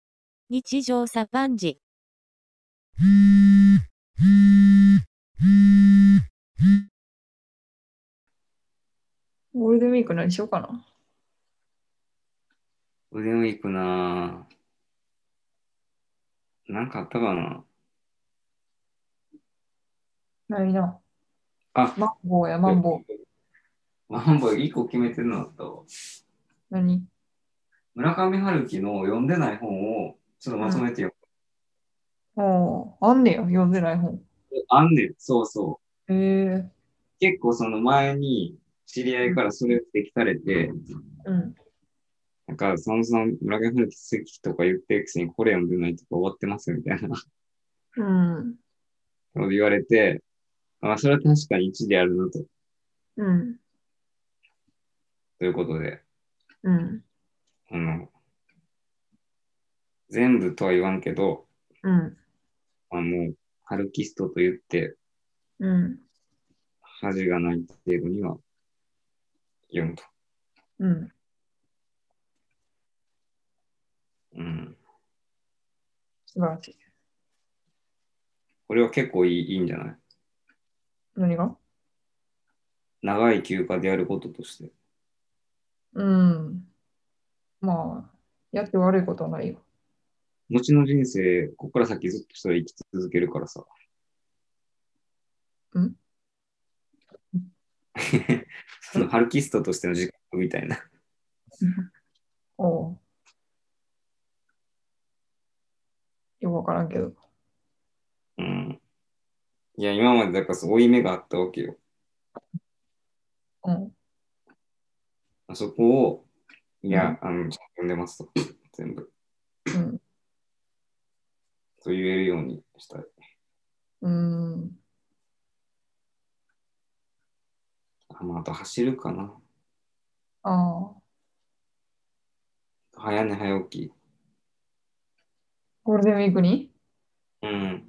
日常茶飯事。ゴールデンウィーク何しようかな。ゴールデンウィークなぁ。なんかあったかなないな。あマンボウや、マンボウ。マンボウ一個決めてるのあったわ。何村上春樹の読んでない本をちょっとまとめて読ああ、あんねや、読んでない本。む。あんねん、そうそう。へえ結構その前に知り合いからそれを指摘されて、うん。なんか、そもそも村上春樹好きとか言ってるくせにこれ読んでないとか終わってますみたいなうん。こと言われて、まあ、それは確かに一理あるなと、うん。ということで。うん。あの、全部とは言わんけど、うん。あの、ハルキストと言って、うん。恥がない程度には読むと。うん。うん。素晴らしい。これは結構いいいいんじゃない何が長い休暇でやることとして。うん。まあ、やって悪いことはないよ。後の人生、ここから先ずっとそれ生き続けるからさ。ん そのハルキストとしての自覚みたいな。おう。よくわからんけど。うん。いや、今までだからそう、負い目があったわけよ。うん。あそこを、いや、あの、ちゃんと読んでますと。全部。うん。と言えるようにしたい。うん。あまあ、あと走るかな。ああ。早寝早起き。ゴールデンウィークにうん。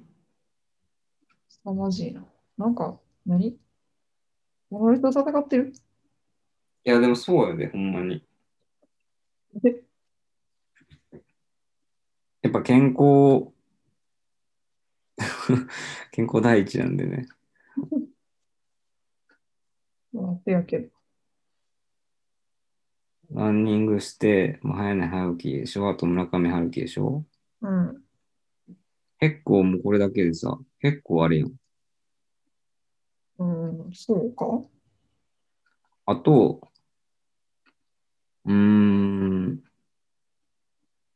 あ、マジいな。なんか、何呪いと戦ってるいや、でもそうやで、ほんまに。えやっぱ健康、 健康第一なんでね。まあ、せやけど。ランニングして、もう早寝早起きでしょ。あと村上春樹でしょ。うん。結構もうこれだけでさ、結構あれやん。うん、そうか。あと、うーん、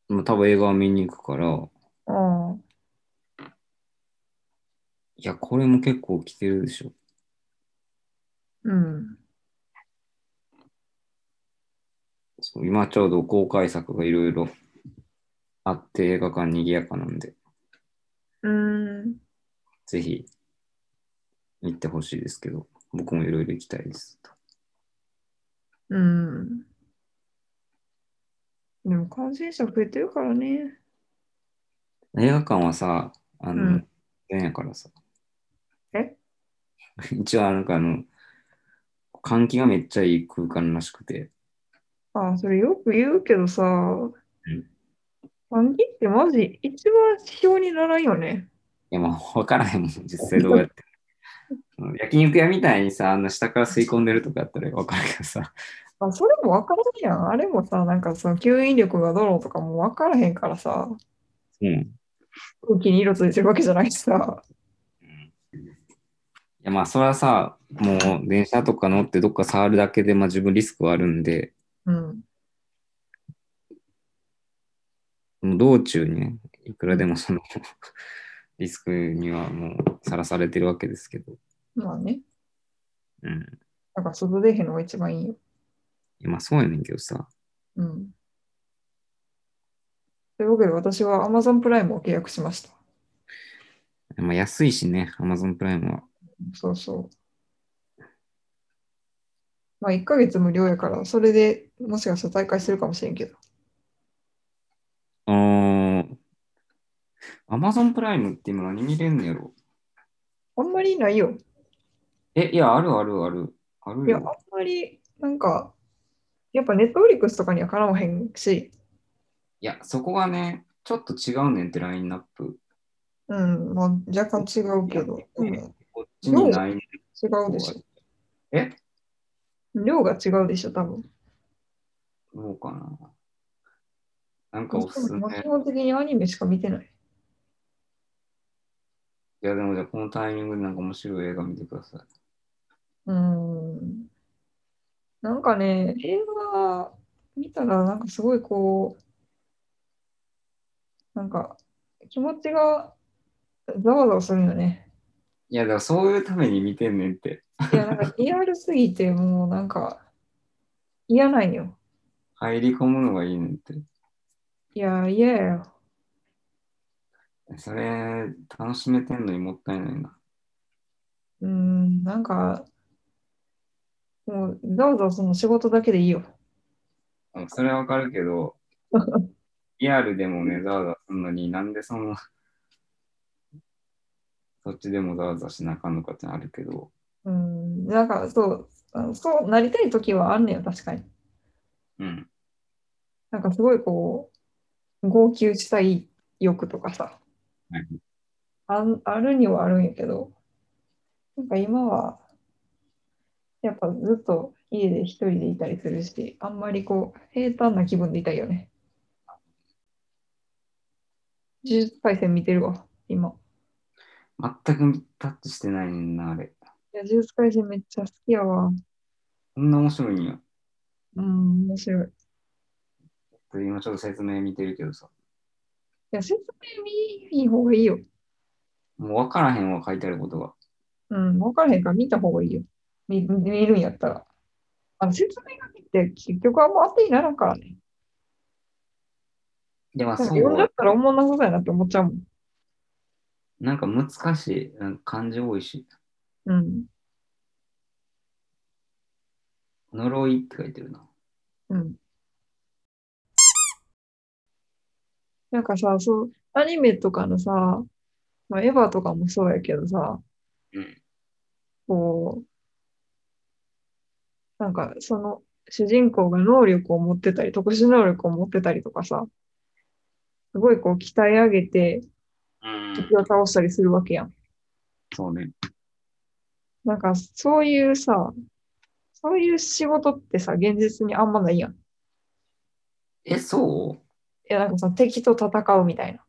まあ多分映画を見に行くから、ああ、いや、これも結構来てるでしょ。うん。そう今ちょうど公開作がいろいろあって映画館にぎやかなんで、うん。ぜひ行ってほしいですけど、僕もいろいろ行きたいです。うん。でも感染者増えてるからね。映画館はさ、あの、ううんやからさ。え 一応なんかあの、換気がめっちゃいい空間らしくて、ああ、それよく言うけどさ、ん換気ってマジ一番指標にならんよね。いや、まあ、わからへんもん、実際どうやって。 うん焼肉屋みたいにさ、あの下から吸い込んでるとかやったらわかるけどさ、あ、それもわからんやん。あれもさ、なんかその吸引力がどうのとかもわからへんからさ、うん。空気に色ついてるわけじゃないしさ。いやまあそれはさ、もう電車とか乗ってどっか触るだけで、まあ、自分リスクはあるんで、うん。もう道中にね、いくらでもその リスクにはもうさらされてるわけですけど、まあね。うん。なんか外出へんのが一番いいよ。いやまあそうやねんけどさ、うん。というわけで私は Amazon プライムを契約しました。まあ、安いしね、Amazon プライムは。そうそう。まあ1ヶ月無料やから、それでもしかしたら大会してるかもしれんけど。うーん。Amazon プライムって今何見れんのやろあんまりないよ。え、いや、あるあるある。あるいや、あんよ。まりなんか、やっぱネットフリックスとかには絡まへんし、いや、そこがね、ちょっと違うねんってラインナップ。うん、まあ、若干違うけど、ううんん、違こっちにないねんうでしょ。え量が違うでしょ、多分。どうかな。なんかおすすもうめ基。本的にアニメしか見てない。いやでもじゃあこのタイミングでなんか面白い映画見てください。うん。なんかね、映画見たら、なんかすごいこう、なんか気持ちがざわざわするよね。いやだからそういうために見てんねんって。いや、なんかリアルすぎて、もうなんか嫌なんよ。入り込むのがいいねんって。いや、嫌やよ。それ楽しめてんのにもったいないな。うん、なんか、もうざわざわその仕事だけでいいよ。うんそれはわかるけ ど、リアルでもね、ざわざわするのになんでその、そっちでもざわざわしなあかんのかってのあるけど、うん、なんかそう、あのそうなりたい時はあんねんよ、確かに。うん。なんかすごいこう、号泣したい欲とかさ、はいあんあるにはあるんやけど、なんか今は、やっぱずっと家で一人でいたりするし、あんまりこう、平坦な気分でいたいよね。呪術廻戦見てるわ、今。全くタッチしてないねんな、あれ。いや、呪術廻戦めっちゃ好きやわ。こんな面白いんや。うん、面白い。い今ちょっと説明見てるけどさ、や、説明見ん方がいいよ。もうわからへんわ、書いてあることが。うん、分からへんから見た方がいいよ。見見るんやったら。あの説明書きって結局あんま当てにならんからね。でもなんかそ読んじゃっう、たら思んなさそうやなって思っちゃうもん。なんか難しい。なんか漢字多いし、うん。呪いって書いてるな。うん。なんかさ、そう、アニメとかのさ、まあ、エヴァとかもそうやけどさ、うんこう、なんかその主人公が能力を持ってたり、特殊能力を持ってたりとかさ、すごいこう鍛え上げて、うん敵を倒したりするわけやん。そうね。なんか、そういうさ、そういう仕事ってさ、現実にあんまないやん。いえ、そうや、なんかさ、敵と戦うみたいな。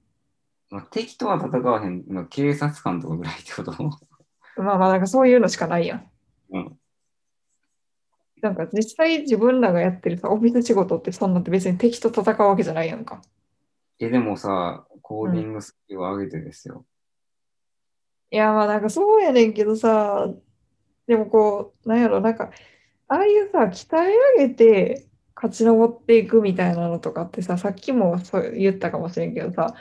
まあ、敵とは戦わへん、まあ、警察官とかぐらいってことまあまあ、なんかそういうのしかないやん。うん。なんか実際自分らがやってるさ、オフィス仕事ってそんなって別に敵と戦うわけじゃないやんか。え、でもさ、コーディングスキルを上げてですよ。いや、まあなんかそうやねんけどさ、でもこう、なんやろ、なんか、ああいうさ、鍛え上げて勝ち上っていくみたいなのとかってさ、さっきもそう言ったかもしれんけどさ、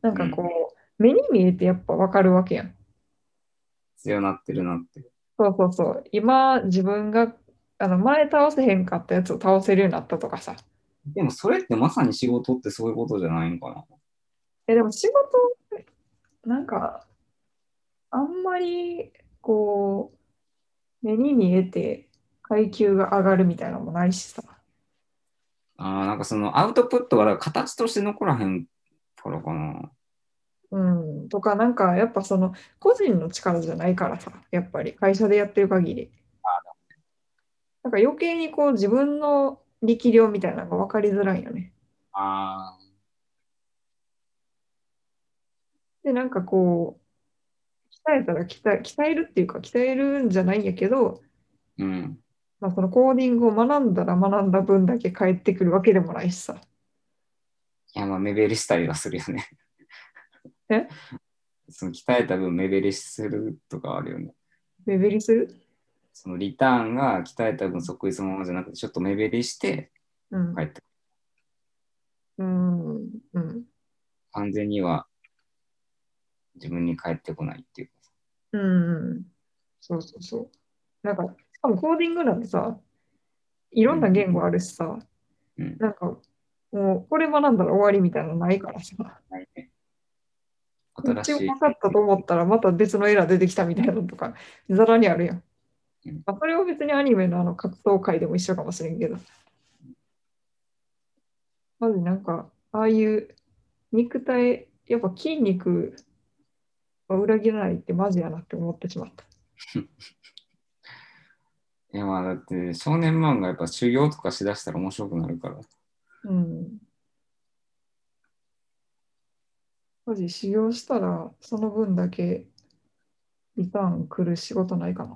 なんかこう、目に見えてやっぱわかるわけやん。強なってるなって。そうそうそう。今、自分が、あの、前倒せへんかったやつを倒せるようになったとかさ。でもそれってまさに仕事ってそういうことじゃないのかな。え、でも仕事、なんか、あんまり、こう、目に見えて階級が上がるみたいなのもないしさ。あーなんかそのアウトプットがだから形として残らへんからかな。うん。とか、なんか、やっぱその、個人の力じゃないからさ。やっぱり、会社でやってる限り。なんか余計にこう、自分の力量みたいなのが分かりづらいよね。ああ。で、なんかこう、鍛えたら鍛え、鍛えるっていうか、鍛えるんじゃないんやけど、うん。まあ、そのコーディングを学んだら学んだ分だけ返ってくるわけでもないしさ。いや、まあ、目減りしたりはするよね。え その鍛えた分目減りするとかあるよね。目減りするそのリターンが鍛えた分そっくりそのままじゃなくて、ちょっと目減りしてうん。帰ってくうる。ん。うん。完全には自分に返ってこないっていうか。うん。そうそうそう。なんか、しかもコーディングなんてさ、いろんな言語あるしさ、うん。なんか、もう、これ学んだら終わりみたいなのないからさ。ないね新一応しい。分かったと思ったらまた別のエラー出てきたみたいなのとか、ざらにあるやんうん。まあ、それは別にアニメのあの格闘界でも一緒かもしれんけど。まずなんか、ああいう肉体、やっぱ筋肉は裏切らないってマジやなって思ってしまった。いやまあだって少年漫画やっぱ修行とかしだしたら面白くなるから。うん。マジ修行したら、その分だけリターン来る仕事ないかな。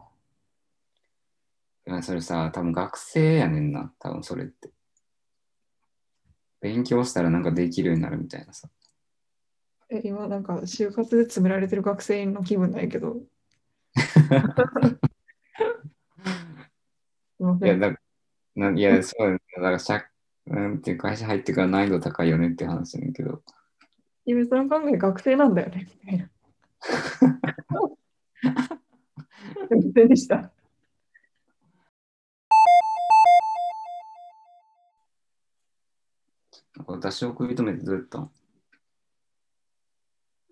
いやそれさ、多分学生やねんな、多分それって。勉強したらなんかできるようになるみたいなさ。え、今なんか就活で詰められてる学生の気分ないけ ど。すいまいせや、ん。だないやそうだ,、ね、だから社なんていう会社入ってから難易度高いよねって話やねんけど。いや、その考え学生なんだよ ね、みたいな。すいませんでした。なんか私を食い止めてどうやったん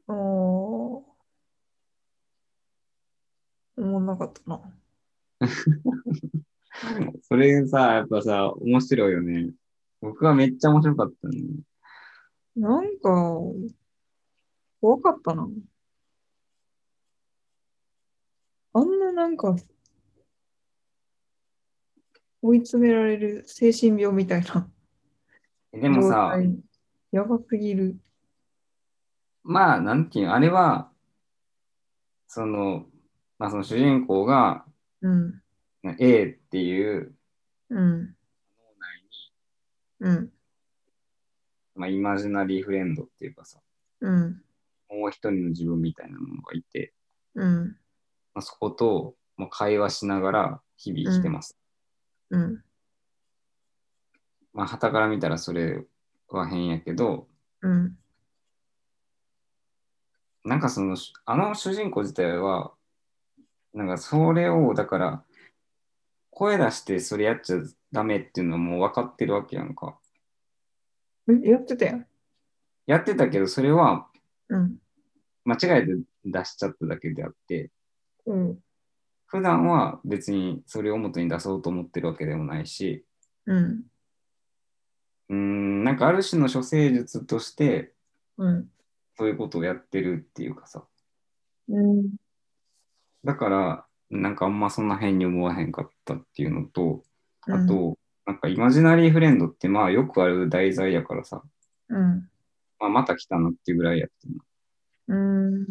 おー。もうなかったな。それさ、やっぱさ、面白いよね。僕はめっちゃ面白かったね。なんか、怖かったな。あんななんか、追い詰められる精神病みたいなえでもさ、状態やばすぎる。まあ、なんていうのあれは、その、まあその主人公がうん、 A っていう、うん、うん、まあ、イマジナリーフレンドっていうかさ、うん、もう一人の自分みたいなものがいて、うん、まあ、そこと、まあ、会話しながら日々生きてます。うん、まあ、傍から見たらそれは変やけど、うん、なんかその、あの主人公自体は、なんかそれを、だから、声出してそれやっちゃダメっていうのはもう分かってるわけやんか。えやってたやん。やってたけど、それはうん、間違えて出しちゃっただけであって、うん、普段は別にそれを表に出そうと思ってるわけでもないし、うん、うーん、なんかある種の処世術として、うん、そういうことをやってるっていうかさ。うん、だから、なんかあんまそんな辺に思わへんかったっていうのと、あと、なんかイマジナリーフレンドってまあよくある題材やからさ、うん、まあ、また来たなっていうぐらいやってるうん。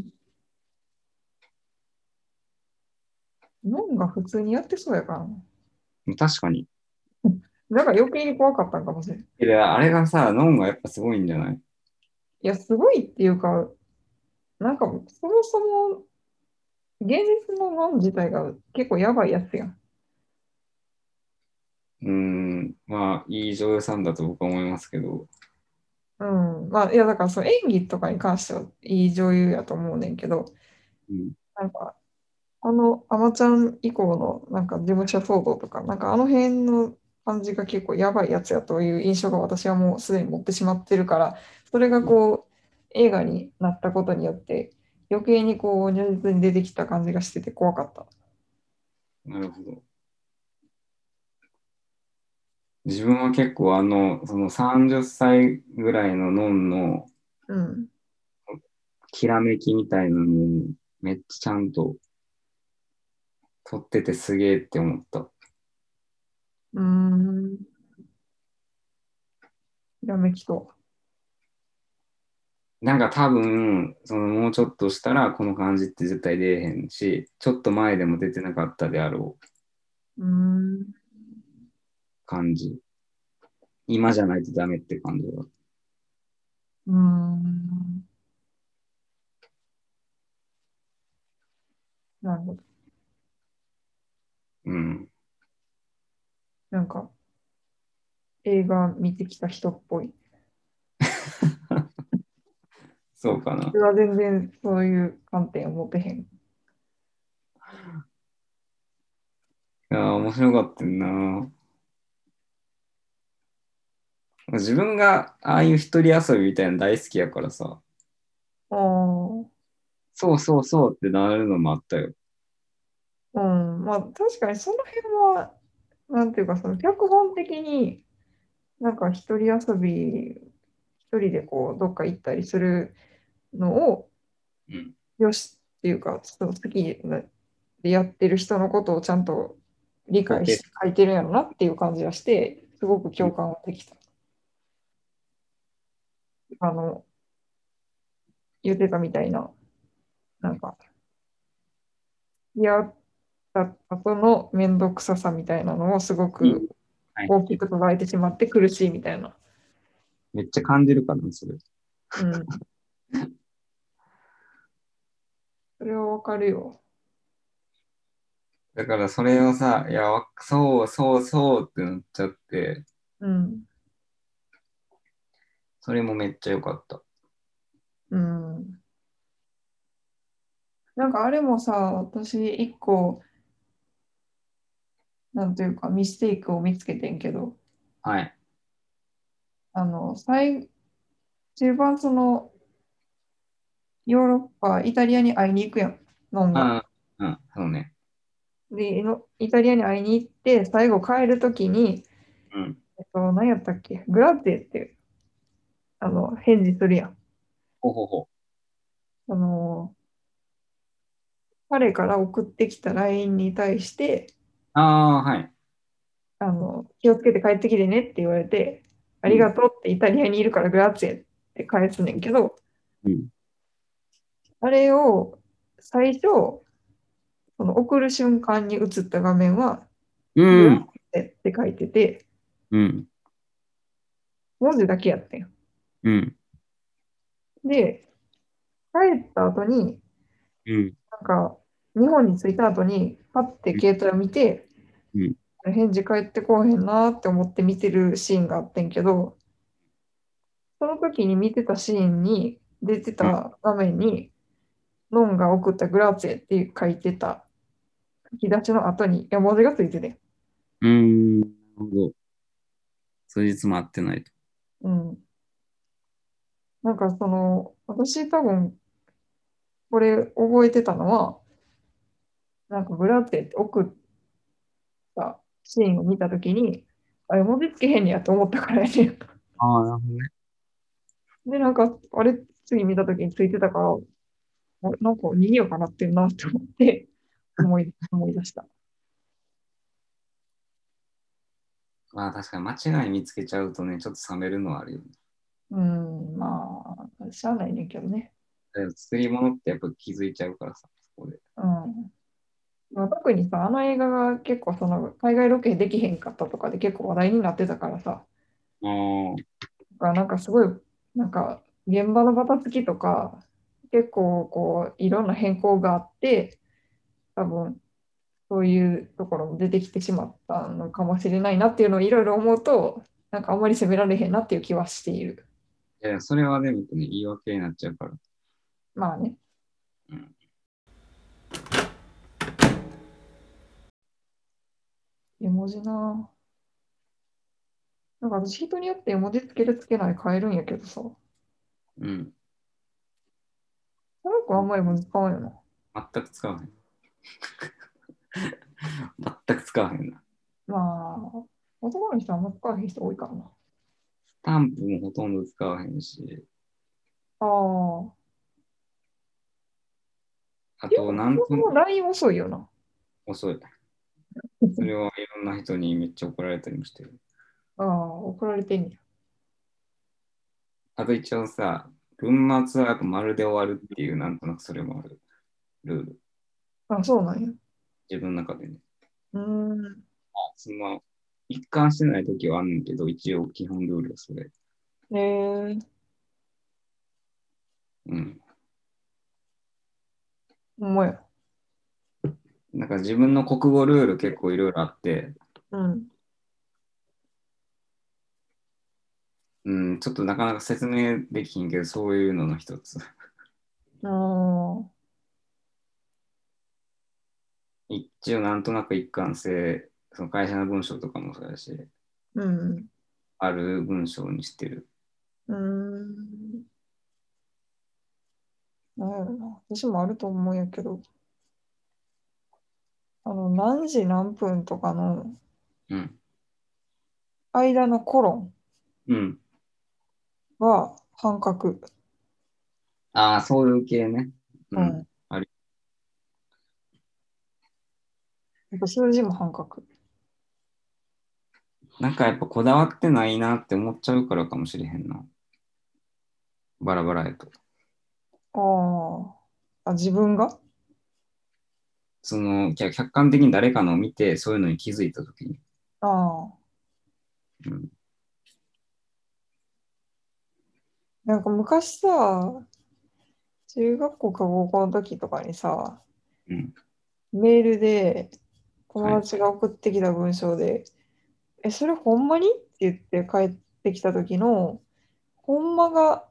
ノンが普通にやってそうやからな。な確かに。なんか余計に怖かったんかもしれん。いいや、あれがさ、ノンがやっぱすごいんじゃないや、すごいっていうか、なんかそもそも、現実のノン自体が結構やばいやつやん。うーん、まあ、いい女優さんだと僕は思いますけど、うん。まあ、いや、だからそう演技とかに関してはいい女優やと思うねんけど、うん、なんか、あの、アマちゃん以降の、なんか事務所騒動とか、なんかあの辺の感じが結構やばいやつやという印象が私はもうすでに持ってしまってるから、それがこう、映画になったことによって、余計にこう、如実に出てきた感じがしてて怖かった。なるほど。自分は結構あの、その30歳ぐらいのノンのうん。きらめきみたいなのにめっちゃちゃんと撮っててすげえって思った。うーん。ひらめきと。なんか多分、そのもうちょっとしたらこの感じって絶対出えへんし、ちょっと前でも出てなかったであろううーん。感じ。今じゃないとダメって感じが。うーん。なるほど。うん。なんか、映画見てきた人っぽい。そうかな僕。は全然そういう観点を持てへん。いやー、面白かったよな。自分がああいう一人遊びみたいなの大好きやからさ、ああ、そうそうそうってなるのもあったよ。うん。まあ確かにその辺は、なんていうか、その脚本的に、なんか一人遊び、一一人でこうどっか行ったりするのをうん。よしっていうかちょっと好きでやってる人のことをちゃんと理解して書いてるんやろなっていう感じがしてすごく共感はできた。あの言ってたみたいななんかやった後の面倒くささみたいなのをすごうくはい大きく捉えてしまって苦しいみたいな。めっちゃ感じるかな、それ。 うん。それはわかるよ。だからそれをさ、いや、わそうそうそうってなっちゃって、うん。それもめっちゃ良かった。うん。なんかあれもさ、私一個、なんというかミステイクを見つけてんけど、はい。あの、最、中盤その、ヨーロッパ、イタリアに会いに行くやん、ノンうが。ん、うん、そうね。でのイタリアに会いに行って、最後帰るときに、うん。えっと、何やったっけグラッツェって、あの、返事するやん。ほほほ。あの、彼から送ってきた LINE に対して、ああー、はい。あの、気をつけて帰ってきてねって言われて、ありがとうってイタリアにいるからグラッツェって返すねんけど、うんあれを最初、その送る瞬間に映った画面は、うグラッん。ツェって書いてて、うん。文字だけやってん。うん。で、帰った後に、うん。なんか、日本に着いた後に、パッて携帯を見て、うん返事返ってこうへんなーって思って見てるシーンがあってんけど、その時に見てたシーンに出てた画面に、ノンが送ったグラーツェって書いてた書き出しの後に山文字がついててん。うん。なるほど。数日も会ってないと。うん。なんかその、私多分、これ覚えてたのは、なんかブラって送ったシーンを見たときに、あれ文字つけへんねやと思ったからやね。ああ、なるほどね。で、なんか、あれ次見たときについてたから、おなんかにぎやかなってるなって思って、思い思い出した。まあ確かに間違い見つけちゃうとね、ちょっと冷めるのはあるよね。うん、まあ、しゃあないねんけどね。だけど作り物ってやっぱ気づいちゃうからさ、そこで。うんまあ、特にさ、あの映画が結構その海外ロケできへんかったとかで結構話題になってたからさ、ああ。だからなんかすごい、なんか現場のばたつきとか、結構こういろんな変更があって、多分そういうところも出てきてしまったのかもしれないなっていうのをいろいろ思うと、なんかあんまり責められへんなっていう気はしている。いや、それはでもね、言い訳になっちゃうから。まあね。うん絵文字なぁ。なんか私人によって絵文字つけるつけない変えるんやけどさ。こうん。の子あんまり絵文字使わんよな。全く使わへん。 全く使わへんな。まあ、男の人はあんま使わへん人多いからな。スタンプもほとんど使わへんし、ああ。あでと、も、なんとそもそも LINE 遅いよな。遅い。それはいろんな人にめっちゃ怒られたりもしてる。ああ、怒られてんねや。あと一応さ、文末はやっぱ丸で終わるっていう、なんとなくそれもある。ルール。あそうなんや。自分の中でね。うーん。その、一貫してない時はあんねんけど、一応基本ルールはそれ。えー、うん。ほんまや。なんか自分の国語ルール結構いろいろあって、うん。うん、ちょっとなかなか説明できひんけど、そういうのの一つ。あ一応なんとなく一貫性、その会社の文章とかもそうだし、あ。うん。ある文章にしてる。うーん。なんやろな。私もあると思うんやけど。あの、何時何分とかのうん。間のコロンうん。は、感覚。ああ、そういう系ね。う。ん。ありやっぱ数字も半角。なんかやっぱこだわってないなって思っちゃうからかもしれへんな。バラバラやと。ああ。あ、自分がその、客客観的に誰かのを見て、そういうのに気づいたときに。ああ。うん。なんか昔さ、中学校か高校の時とかにさ、うん、メールで友達が送ってきた文章で、え、それほんまにって言って帰ってきた時の、ほんまが、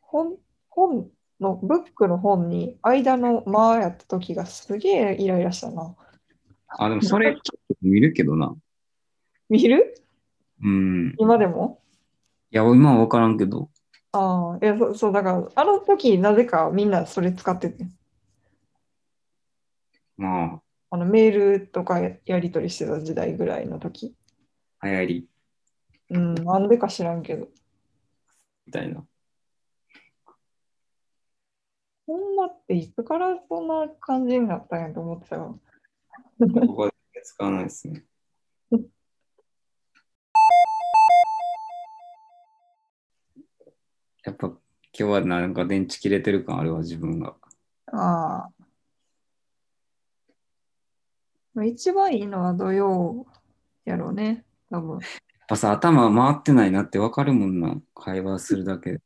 本、本の、ブックの本に間の間やった時がすげえイライラしたな。あ、でもそれちょっと見るけどな。見るうん。い今でもや、今は分からんけど。ああ、いや、そそう、だから、あの時なぜかみんなそれ使ってて、まあ、あのメールとかややり取りしてた時代ぐらいの時。流行りうん、なんでか知らんけど。みたいな。ほんまっていつからそんな感じになったんやと思ってたよ。ここは使わないですね。やっぱ今日はなんか電池切れてる感あるわ、自分が。ああ。まあ一番いいのは土曜やろうね、多分。やっぱさ、頭回ってないなってわかるもんな。会話するだけで。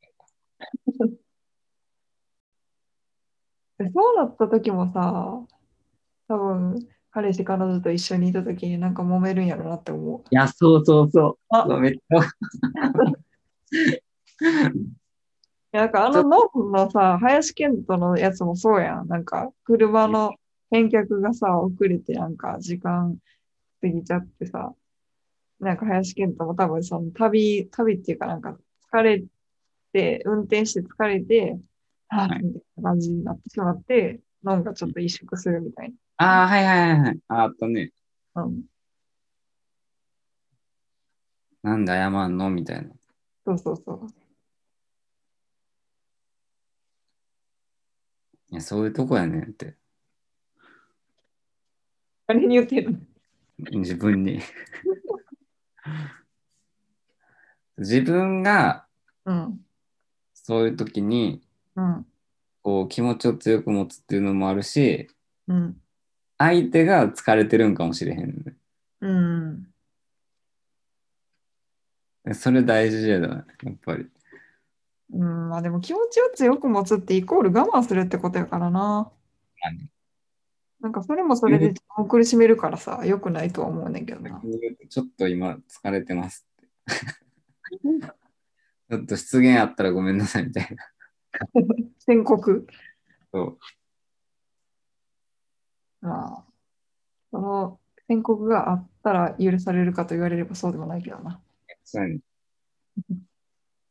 でそうなった時もさ、多分彼氏彼女と一緒にいた時になんか揉めるんやろなって思う。いや、そうそうそう。あうわめっちゃ。いやなんかあのノブのさ、林遣都のやつもそうやん。なんか車の返却がさ、遅れてなんか時間過ぎちゃってさ、なんか林遣都も多分その旅、旅っていうかなんか疲れて、運転して疲れて、ははぁ、いみたいな感じになってしまって、ノンがちょっと萎縮するみたいああ、はいはいはいはい。ああったね。な。うん。なんで謝んのみたいな。そうそうそう。いや、そういうとこやねんって。誰に言ってるの自分に。 自分がうん。そういう時にうん。こう気持ちを強く持つっていうのもあるし、うん。相手が疲れてるんかもしれへんね。うん。でそれ大事やだね、やっぱり。うん、まあでも気持ちを強く持つってイコール我慢するってことやからなまあね。なんかそれもそれで自分を苦しめるからさ、良くないとは思うねんけどな。ちょっと今疲れてますって。ちょっと失言あったらごめんなさいみたいな。宣告。そうまあ、その宣告があったら許されるかと言われればそうでもないけどな。そうやね。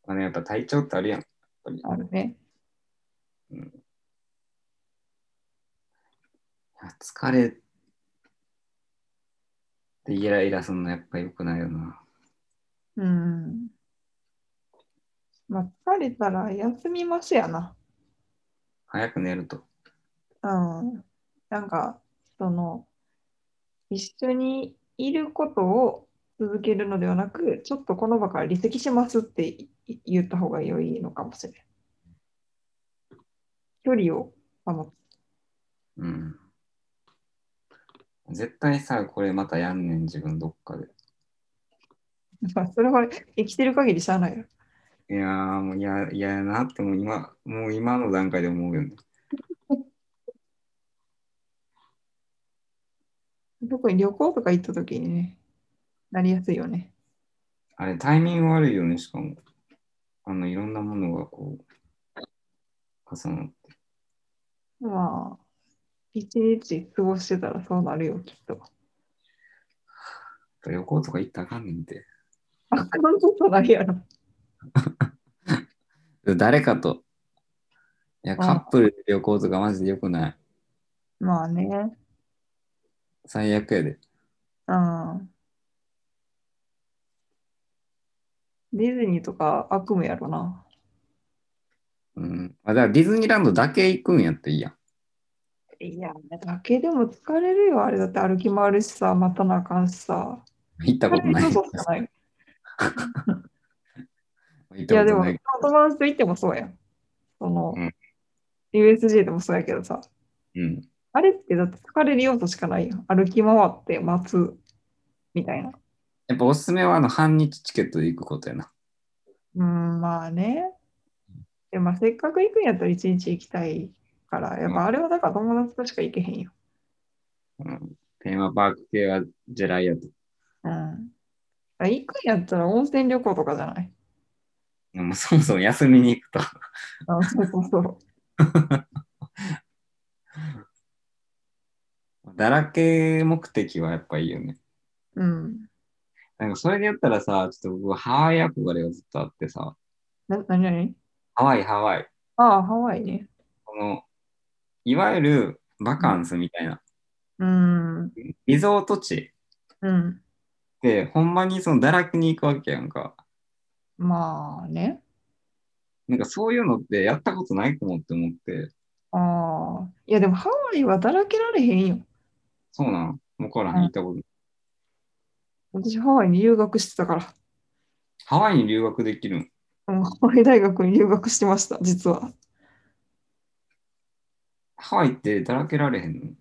まあね、やっぱ体調ってあるやん。やっぱりあるね。いや疲れてイライラするのやっぱ良くないよな。うん。まあ疲れたら休みましやな。早く寝ると。うん。なんか、その、一緒にいることを続けるのではなく、ちょっとこの場から離席しますっていい言った方が良いのかもしれない。距離を保つ。うん。絶対さ、これまたやんねん、自分どっかで。 まあそれは生きてる限りしゃあないよ。いやー、もう嫌やややなって、もう今、もう今の段階で思うよね。特に旅行とか行った時にね、なりやすいよね。あれ、タイミング悪いよね、しかも。あの、いろんなものがこう、重なって。まあ、一日過ごしてたらそうなるよ、きっと。 旅行とか行ったらあかんねんて。あかんことないやろ。誰かと。いや、んカップルで旅行とかマジで良くない。まあね。最悪やで。うんディズニーとか悪夢やろな。うん。あ、だからディズニーランドだけ行くんやったらいいやん。いや、だけでも疲れるよ。あれだって歩き回るしさ、待たなあかんしさ。行ったことな い。そうそう行っしかない。いたや、こでとも、ない。友達と行ってもそうやん。その、うん USJ でもそうやけどさ。うん。あれってだって疲れる要素しかないやん。歩き回って待つみたいな。やっぱおすすめはあの半日チケットで行くことやな。うん、まあね。でまあ、せっかく行くんやったら一日行きたいから、やっぱあれはだから友達としか行けへんよ。うん。テーマパーク系はジェライアと。うん。あ行くんやったら温泉旅行とかじゃないでもそもそも休みに行くと。 あそうそうそう。だらけ目的はやっぱいいよね。うん。なんかそれで言ったらさ、ちょっと僕ハワイ憧れがずっとあってさ、な、なになにハワイハワイ。ああ、ハワイね。この、いわゆるバカンスみたいな、うん。うん。リゾート地で、ほんまにそのだらけに行くわけやんか。まあね。なんかそういうのってやったことないかもって思って、ああ。いや、でもハワイはだらけられへんよ。そうなんもからへんうん行ったことない。私、ハワイに留学してたから。ハワイに留学できるんうん、ハワイ大学に留学してました、実は。ハワイってだらけられへんのい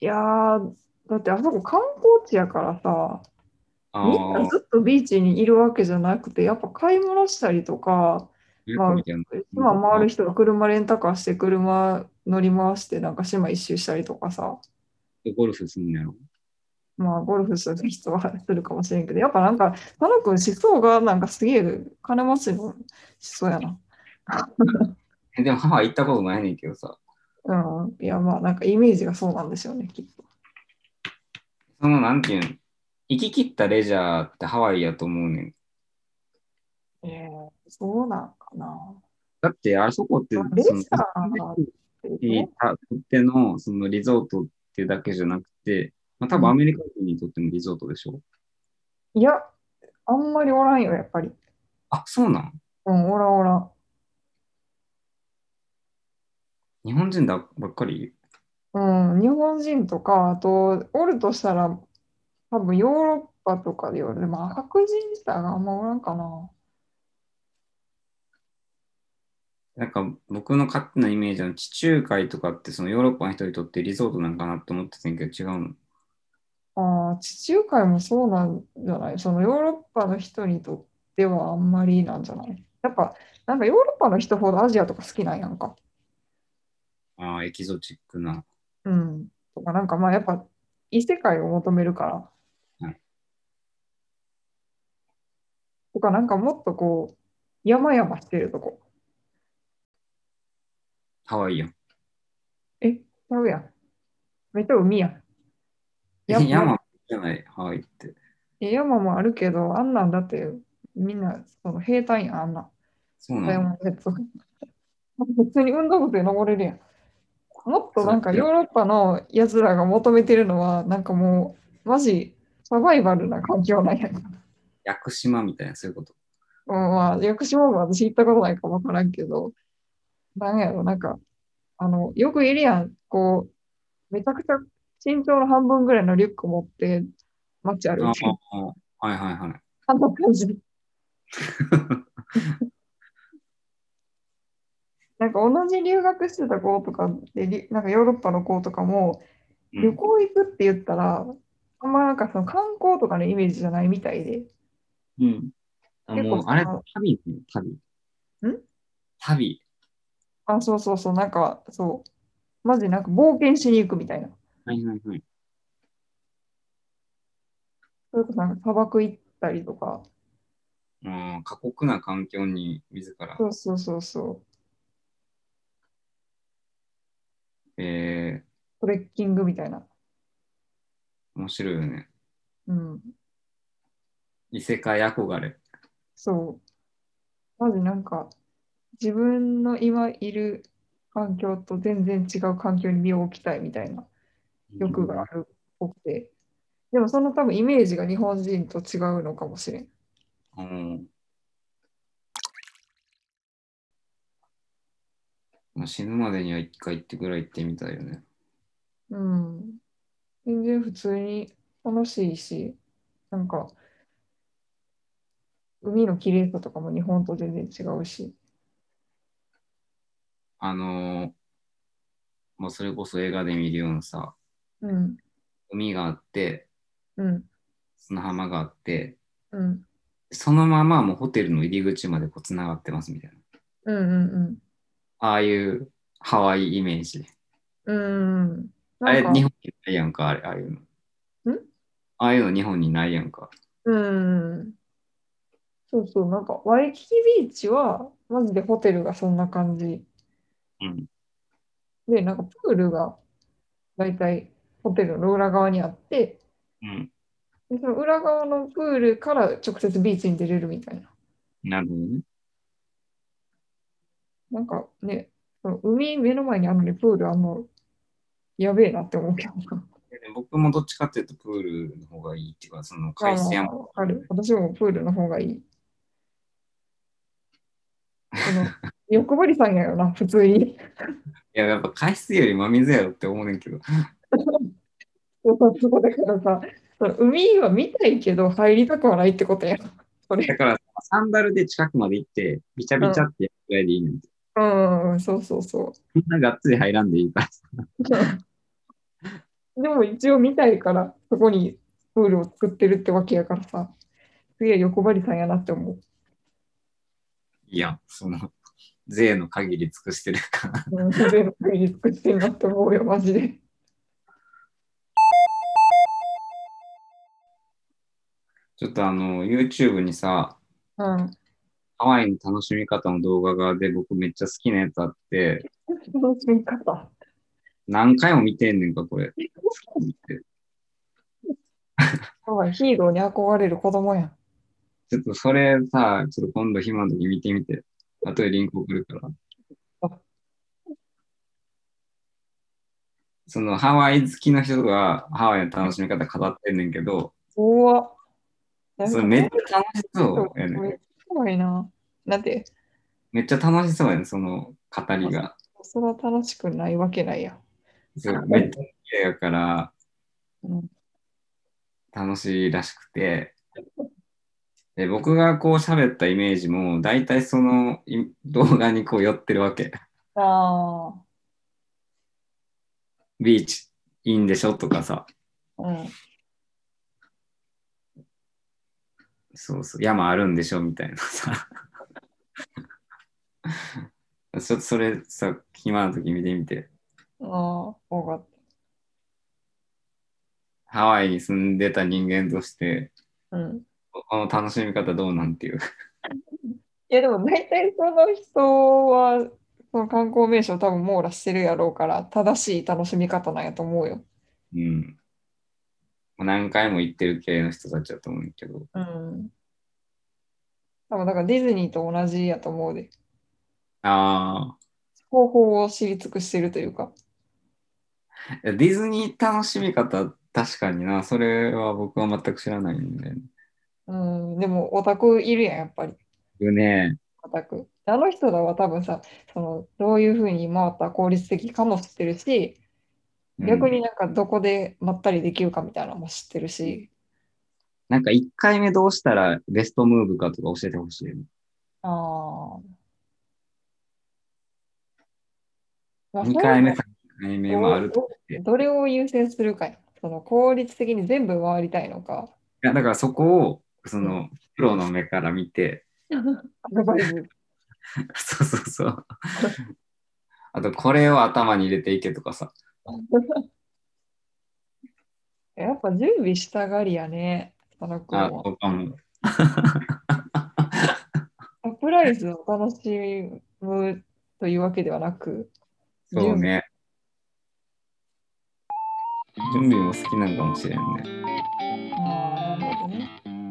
やー、だってあそこ観光地やからさ、あみんなあ、ずっとビーチにいるわけじゃなくて、やっぱ買い物したりとか、ルートみたいな。今回る人が車レンタカーして車乗り回して、なんか島一周したりとかさ、ゴルフすんのやろ。まあゴルフする人は するかもしれんけど、やっぱなんか、佐野くん思想がなんかすげえ金持ちの思想やな。えでもハワイ行ったことないねんけどさ、うん、いやまあなんかイメージがそうなんでしょうね、きっと。そのなんていうん、行き切ったレジャーってハワイやと思うねん。ええそうなんかな。だってあそこって、まそあのレジャーにとってのそのリゾートってだけじゃなくて、まあ、多分アメリカ人にとってもリゾートでしょ。いや、あんまりおらんよ、やっぱり。あ、そうなんうん、おらんおらん。日本人だばっかりうん、日本人とか、あと、おるとしたら、多分ヨーロッパとかでよる。でも、白人自体があんまおらんかな。なんか僕の勝手なイメージは地中海とかってそのヨーロッパの人にとってリゾートなんかなって思ってたんやけど違うの。ああ、地中海もそうなんじゃないそのヨーロッパの人にとってはあんまりなんじゃないやっぱ、なんかヨーロッパの人ほどアジアとか好きなんやんか。ああ、エキゾチックな。うん。とか、なんかまあ、やっぱ、異世界を求めるから。はいとか、なんかもっとこう、山々してるとこ。ハワイやん。え、ちゃうやん。めっちゃ海やん。えやっぱ山じゃない、ハワイって。え山もあるけど、あんなんだって、みんな、その平坦やん、あんなん。そうなの。山のやつとか普通に運動靴で登れるやん。もっとなんかそうやヨーロッパのやつらが求めてるのは、なんかもう、マジ、サバイバルな環境なんやん。屋久島みたいな、そういうこと。うん、まあ、屋久島も私行ったことないか分からんけど、なんやろ、なんか、あの、よくいるやん、こう、めちゃくちゃ身長の半分ぐらいのリュック持って、街歩あいてる。あ、はいはい はい。あんな感じ。なんか同じ留学してた子とかで、りなんかヨーロッパの子とかも、うん旅行行くって言ったら、あんまなんかその観光とかのイメージじゃないみたいで、うん。あ結構もう、あれその、旅ね、旅。ん旅。あ、そうそうそう、なんかそう、マジなんか冒険しに行くみたいな。はいはいはい。それこそなんか砂漠行ったりとか、うん、過酷な環境に自ら。そうそうそうそう、えトレッキングみたいな。ー、面白いよね。うん、異世界憧れ。そう。まずなんか、自分の今いる環境と全然違う環境に身を置きたいみたいな欲があるっぽくて。でもその多分イメージが日本人と違うのかもしれん。うん。まあ、死ぬまでには一回ってぐらい行ってみたいよね。うん。全然普通に楽しいし、なんか、海の綺麗さとかも日本と全然違うし。あのーまあ、それこそ映画で見るようなさ、うん、海があって、うん、砂浜があって、うん、そのままもうホテルの入り口までこう繋がってますみたいうな。ん、うん、ああいうハワイイメージ。うん。うん。あれ、なんか日本にないやんか、あれ、ああいうの。ああいうの日本にないやんか。うん。そうそう、なんか、ワイキキビーチは、マジでホテルがそんな感じ。うん。で、なんか、プールが、だいたいホテルの裏側にあって、うん。でその裏側のプールから直接ビーチに出れるみたいな。なるほどね。なんかね、その海目の前にあるのにプールあんの、やべえなって思うけどな。僕もどっちかっていうとプールの方がいいっていうか、その海水あ山あ、わかる。私もプールの方がいい。あの欲張りさんやよな、普通に。いや、やっぱ海水より真水やろって思うねんけど。そうそうそうだからさ、その海は見たいけど入りたくはないってことや。それ。だから、サンダルで近くまで行って、びちゃびちゃってやるぐらいでいいねんて。うんうん、そうそうそう。そんながっつり入らんでいいから。 でも一応見たいから、そこにプールを作ってるってわけやからさ、すげえ横張りさんやなって思う。いや、その、税の限り尽くしてるから。うん、全部プール作ってるなって思うよ、マジで。ちょっとあの、YouTube にさ、うん。ハワイの楽しみ方の動画がで僕めっちゃ好きなやつあって、楽しみ方。何回も見てんねんか、これ。好きってハワイヒーローに憧れる子供やん。ちょっとそれさ、ちょっと今度暇の時見てみて。あとでリンク送るからあ。そのハワイ好きの人がハワイの楽しみ方語ってんねんけど、うわ。なんそかれめっちゃ楽しそうやねめっち。ゃん怖いな。だって、めっちゃ楽しそうやねん、その語りが。それは楽しくないわけないやん。そうめっちゃ綺麗やからうん楽しいらしくて。で僕がこう喋ったイメージも大体そのい動画にこう寄ってるわけ。あビーチいいんでしょとかさ。あ。うん。そうそう、山あるんでしょみたいなさ。 ちょっとそれさ、暇な時見てみて。ああ、分かっハワイに住んでた人間として、た。うん。この楽しみ方どうなんていう。いや、でも大体その人は、その観光名所多分網羅してるやろうから、正しい楽しみ方なんやと思うよ。うん。何回も行ってる系の人たちだと思うけど。うん。多分だからディズニーと同じやと思うで。あ方法を知り尽くしてるというか。あ。ディズニー楽しみ方、確かにな。それは僕は全く知らないんで。うん。でもオタクいるやん、やっぱり。僕ね、オタク。あの人らは多分さ、そのどういうふうに回ったら効率的かも知ってるし、うん逆になんかどこでまったりできるかみたいなのも知ってるし、なんか1回目どうしたらベストムーブかとか教えてほしい。ああ。 2回目、3回目もあるとどどれを優先するかやその効率的に全部回りたいのか、いや、だからそこを、その、プロの目から見て、 アドバイス。そうそうそう。 あと、これを頭に入れていけとかさ。やっぱ準備したがりやね、その子あ、も。とかも。サプライズを楽しむというわけではなく、そうね。準備も好きなんかもしれんね。準備。ああ、なるほどね。うん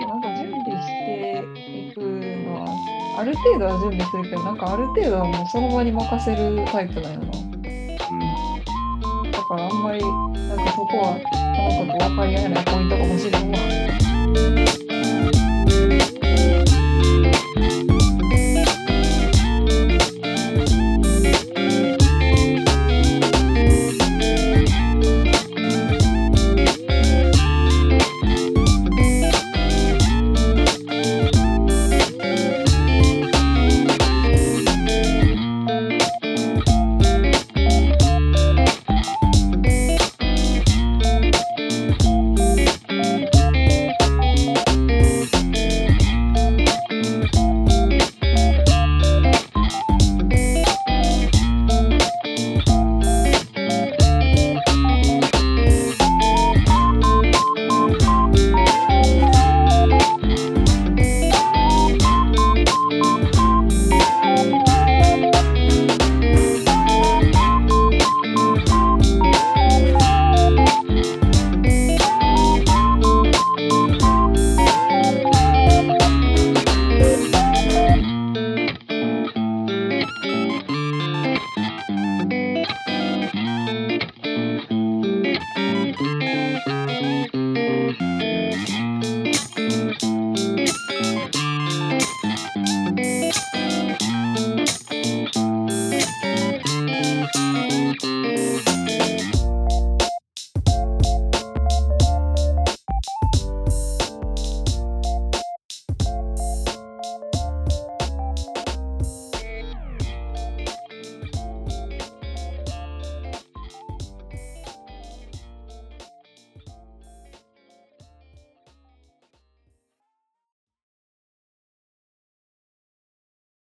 なんか準備していくのは、ある程度は準備するけど、なんかある程度はもうその場に任せるタイプだよな。だからあんまり、なんかそこは、なんかこう分かり合えないポイントかもしれんわ。